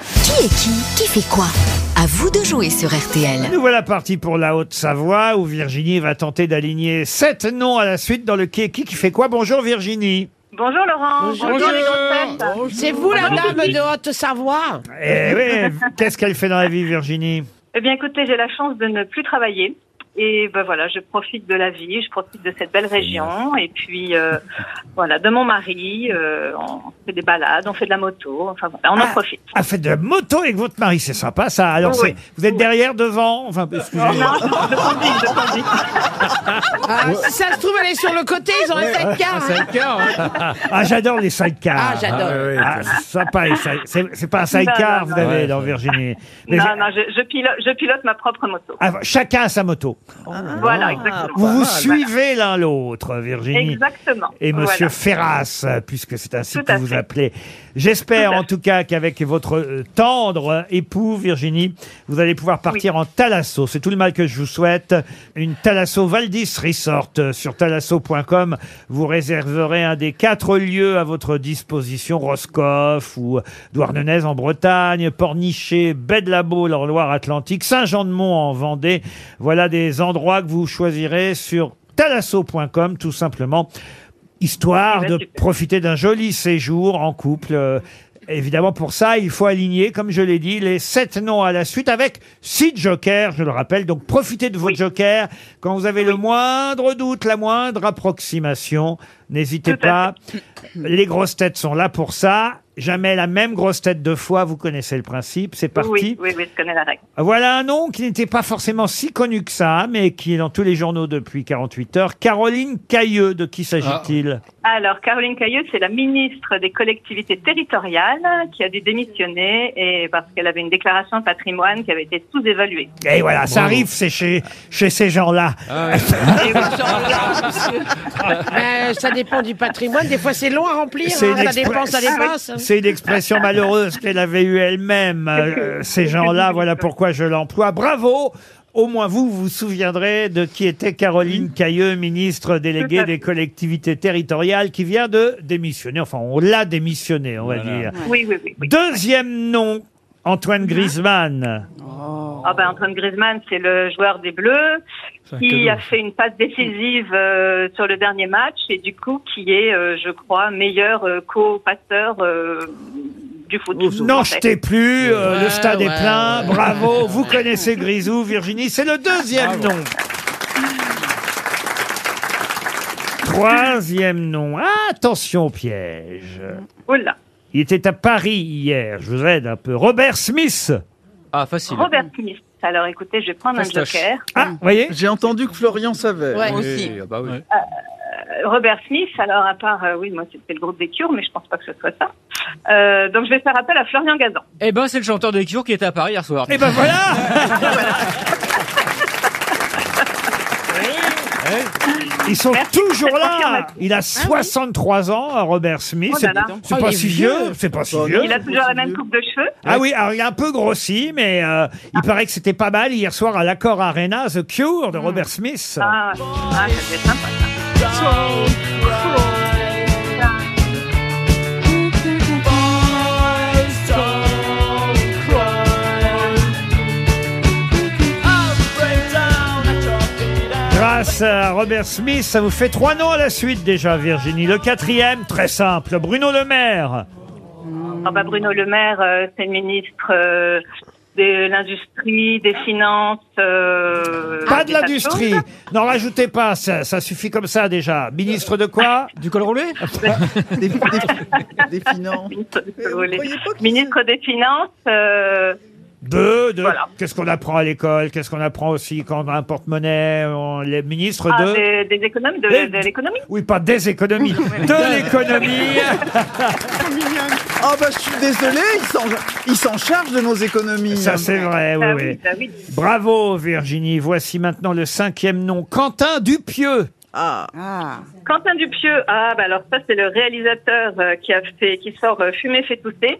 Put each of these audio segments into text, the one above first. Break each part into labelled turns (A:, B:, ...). A: Qui est qui Qui fait quoi À vous de jouer sur RTL.
B: Nous voilà partis pour la Haute-Savoie où Virginie va tenter d'aligner sept noms à la suite dans le qui est qui qui fait quoi. Bonjour Virginie.
C: Bonjour Laurent. Bonjour, les grosses têtes.
D: C'est vous la dame de Haute-Savoie
B: Eh oui, qu'est-ce qu'elle fait dans la vie Virginie
C: Eh bien écoutez, j'ai la chance de ne plus travailler. Et ben voilà, je profite de la vie, je profite de cette belle région. Et puis euh, voilà, de mon mari, euh, on fait des balades, on fait de la moto. Enfin voilà, on en profite.
B: Ah, faites de la moto avec votre mari, c'est sympa ça. Alors
C: Oui.
B: c'est, vous êtes derrière, devant Enfin, excusez-moi.
C: Non, je, je conduis, je conduis.
D: Ah, Si ça se trouve, elle est sur le côté, ils ont les sept quarts. hein.
B: Ah, j'adore les sidecars.
D: Ah, j'adore.
B: Ah, c'est sympa, les side- c'est, c'est pas un sidecar,
C: Non, non,
B: vous avez dans Virginie. Mais-
C: Non, non, je, je pilote, je pilote ma propre moto.
B: Ah, chacun a sa moto.
C: voilà, exactement.
B: Ah. Vous vous
C: Voilà.
B: suivez l'un l'autre, Virginie.
C: Exactement.
B: et Monsieur
C: Voilà.
B: Ferras, euh, puisque c'est ainsi
C: Tout
B: que
C: à
B: vous
C: fait.
B: appelez. J'espère
C: Tout à
B: en tout cas qu'avec votre euh, tendre euh, époux, Virginie, vous allez pouvoir partir en Thalasso. C'est tout le mal que je vous souhaite. Une Thalasso Valdis Resort euh, sur thalasso.com. Vous réserverez un des quatre lieux à votre disposition, Roscoff ou euh, Douarnenez en Bretagne, Pornichet, Baie-de-la-Baule en Loire-Atlantique, Saint-Jean-de-Mont en Vendée. Voilà des endroits que vous choisirez sur thalasso.com tout simplement histoire
C: Eh ben,
B: de
C: super.
B: profiter d'un joli séjour en couple. Euh, évidemment, pour ça, il faut aligner, comme je l'ai dit, les sept noms à la suite avec six jokers, je le rappelle. Donc, profitez de vos jokers. Quand vous avez le moindre doute, la moindre approximation, n'hésitez
C: Tout à
B: pas. Les grosses têtes sont là pour ça. Jamais la même grosse tête deux fois, vous connaissez le principe, c'est parti.
C: Oui, oui, oui, je connais la règle.
B: Voilà un nom qui n'était pas forcément si connu que ça, mais qui est dans tous les journaux depuis 48 heures. Caroline Cailleux, de qui s'agit-il
C: Alors, Caroline Cailleux, c'est la ministre des collectivités territoriales qui a dû démissionner et parce qu'elle avait une déclaration de patrimoine qui avait été sous-évaluée.
B: Et voilà, ça arrive, c'est chez, chez ces gens-là.
D: Euh, ça dépend du patrimoine. Des fois, c'est long à remplir.
B: C'est
D: hein.
B: une
D: Ça
B: expr-
D: dépend, ça dépasse. hein.
B: C'est une expression malheureuse qu'elle avait eue elle-même. euh, ces gens-là, voilà pourquoi je l'emploie. Bravo au moins vous, vous vous souviendrez de qui était Caroline Cailleux, ministre déléguée
C: Tout à
B: des collectivités territoriales, qui vient de démissionner. Enfin, on l'a démissionné, on va dire.
C: Oui, oui, oui. oui.
B: Deuxième nom, Antoine Griezmann.
C: Ah ben Antoine Griezmann, c'est le joueur des Bleus qui a fait une passe décisive euh, sur le dernier match et du coup qui est, euh, je crois, meilleur euh, co-passeur euh, du foot.
B: Non, je t'ai plus, euh, le
D: Ouais,
B: stade est
D: ouais,
B: plein,
D: ouais.
B: bravo, vous connaissez Grisou, Virginie, c'est le deuxième nom. Troisième nom, attention au piège.
C: Oula.
B: Il était à Paris hier, je vous aide un peu. Robert Smith.
E: Ah, facile.
C: Robert Smith. Alors écoutez, je vais prendre un
E: Fastoche.
C: joker.
B: Ah, vous voyez
F: J'ai entendu que Florian savait.
D: Ouais.
E: aussi. Ah bah oui.
C: Euh, Robert Smith, alors à part, euh, oui, moi c'était le groupe des Cures, mais je pense pas que ce soit ça. Euh, donc je vais faire appel à Florian Gazan.
E: Eh ben, c'est le chanteur de Cure qui était à Paris hier soir.
B: Et ben voilà Ils sont toujours là. Il a 63 ans, hein, Robert Smith.
C: Oh
B: C'est
C: là là.
B: c'est
D: Ah Oh,
B: pas
D: il est
B: si
D: vieux.
B: vieux. Ah, C'est pas si
F: Oh,
B: vieux.
C: Il a toujours la même coupe de cheveux.
B: Ah oui, alors il a un peu grossi, mais euh, il paraît que c'était pas mal hier soir à l'Accor Arena, The Cure de Robert Smith.
C: Hmm. Ah, ah, ça doit être sympa. ça.
B: Grâce à Robert Smith, ça vous fait trois noms à la suite déjà, Virginie. Le quatrième, très simple, Bruno Le Maire.
C: Ah bah Bruno Le Maire, euh, c'est le ministre euh, de l'industrie, des finances. euh,
B: Pas de
C: des tas
B: l'industrie.
C: choses.
B: N'en rajoutez pas, ça, ça suffit comme ça déjà. Ministre de quoi
E: Du col roulé
F: Des, des- des finances.
C: Ministre,
F: Mais Euh, vous
C: voulez.
F: croyez pas que-
C: Ministre des finances. euh,
B: De, de.
C: Voilà.
B: Qu'est-ce qu'on apprend à l'école Qu'est-ce qu'on apprend aussi quand on a un porte-monnaie on- Les ministres
C: ah,
B: de. Eh,
C: des, des économes de,
B: Des-
C: de l'économie.
B: Oui, pas des économies, de l'économie.
F: Ah bah je suis désolé, ils s'en, ils s'en chargent de nos économies. hein.
B: Ça, c'est vrai, oui,
C: Ah
B: oui.
C: oui, bah oui.
B: Bravo Virginie, voici maintenant le cinquième nom, Quentin Dupieux.
F: Ah,
C: Quentin Dupieux. Ah bah alors ça c'est le réalisateur euh, qui a fait, qui sort euh, Fumer fait tousser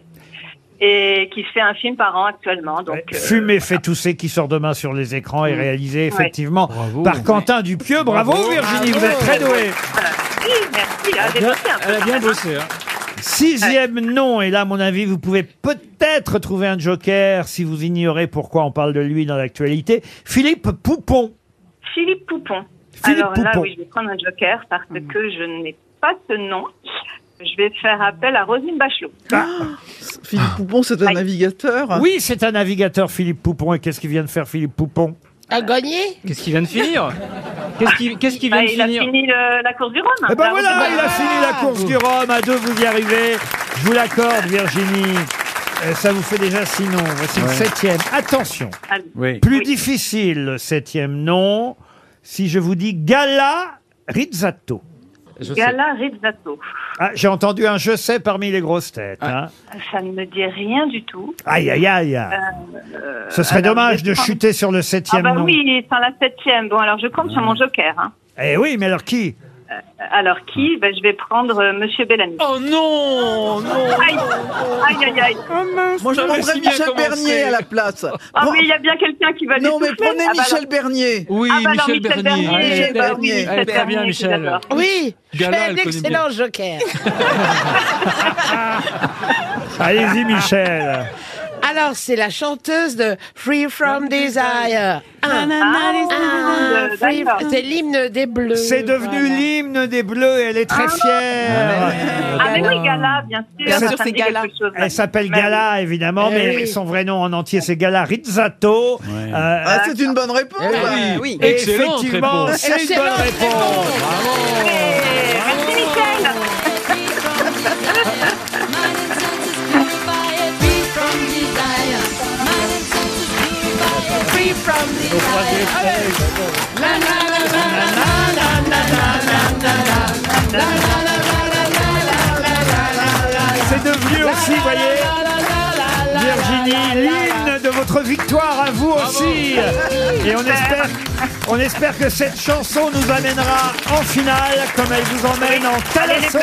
C: et qui fait un film par an actuellement. Donc euh,
B: Fumé fait tousser qui sort demain sur les écrans et réalisé effectivement par Quentin Dupieux. Bravo, Virginie, vous êtes très douée.
C: voilà. Oui, merci. Ah, j'ai bossé un peu.
E: Elle a bien bossé.
B: Sixième nom, et là, à mon avis, vous pouvez peut-être trouver un joker si vous ignorez pourquoi on parle de lui dans l'actualité. Philippe Poupon.
C: Philippe Poupon.
B: Philippe
C: Alors là,
B: Poupon. Hmm.
C: oui, je vais prendre un joker parce que je n'ai pas ce nom. Je vais faire appel à Rosine Bachelot.
F: Philippe Poupon, c'est un
C: Aïe.
F: navigateur.
B: Oui, c'est un navigateur, Philippe Poupon. Et qu'est-ce qu'il vient de faire, Philippe Poupon
D: À gagner
E: Qu'est-ce qu'il vient de finir Qu'est-ce qu'il qu'est-ce qu'il
C: Bah,
E: vient de
C: il a
E: finir
C: fini le- la course du Rhum. Bah,
B: Eh ben
C: La
B: voilà,
C: Rosine
B: il a fini la course du Rhum. À deux, vous y arrivez. Je vous l'accorde, Virginie. Euh, Ça vous fait déjà six noms. Voici le septième. Attention.
C: Bachelot.
E: Oui.
B: Plus
C: Oui.
B: difficile, le septième nom. Si je vous dis Gala Rizzato.
E: Je sais.
C: Gala Rizzato.
B: Ah, j'ai entendu un je sais parmi les grosses têtes. hein.
C: Ça ne me dit rien du tout.
B: Aïe, aïe, aïe. Ce serait
C: Euh, alors,
B: dommage
C: je
B: de
C: prends-
B: chuter sur le
C: Ah
B: septième
C: bah
B: nom. Ah.
C: oui, c'est la septième. Bon, alors je compte sur mon joker. hein.
B: Eh oui, mais alors qui
C: Alors qui Ben, Je vais prendre euh, Monsieur Bellamy.
E: Oh non Non
C: Aïe, aïe, aïe, aïe.
F: Moi, je
E: Ça
F: prendrais
E: aussi bien
F: Michel
E: commencé.
F: Bernier à la place.
C: Ah
F: Prends-
C: oui, il y a bien quelqu'un qui va lui
F: non, mais
C: souffler.
F: prenez
C: Ah bah
F: Michel Bernier.
E: Oui,
C: Ah bah alors,
E: Michel
C: Michel
E: Bernier.
C: Bernier,
E: Ouais,
F: Michel
E: elle-
C: alors, bah oui,
F: Bernier.
E: Elle est très bien,
C: Bernier, tout
E: Michel.
C: d'abord.
D: Oui, je
E: Gala,
D: fais un
E: elle connaît
D: excellent joker.
B: Allez-y, Michel.
D: Alors, c'est la chanteuse de Free From Desire. Un,
C: Ah,
D: un, free-
C: d'accord.
D: C'est l'hymne des Bleus.
B: C'est devenu
D: Voilà.
B: l'hymne des Bleus et elle est très fière.
C: Ah mais
D: Gala.
C: oui, Gala, bien sûr.
B: Bien
C: ça
B: sûr,
C: me
G: c'est
C: dit quelque
G: Gala.
C: chose.
B: Elle s'appelle
C: Mais oui.
B: Gala, évidemment,
D: Eh
B: mais
D: Bah, oui.
B: son vrai nom en entier, c'est Gala Rizzato. Euh,
F: Ah, c'est une bonne réponse.
E: Eh
F: Ah,
G: oui.
E: Ah
F: oui.
B: et
E: Excellente
B: effectivement,
E: réponse.
B: c'est une bonne
D: Excellente
B: réponse.
C: Eh, Merci Michel.
D: Free From Desire. La, la, la, la, la,
B: C'est
D: Bah,
B: devenu aussi, vous voyez, Virginie, l'hymne de votre victoire à vous aussi. Et on espère, on espère que cette chanson nous amènera en finale, comme elle vous emmène en Talasso.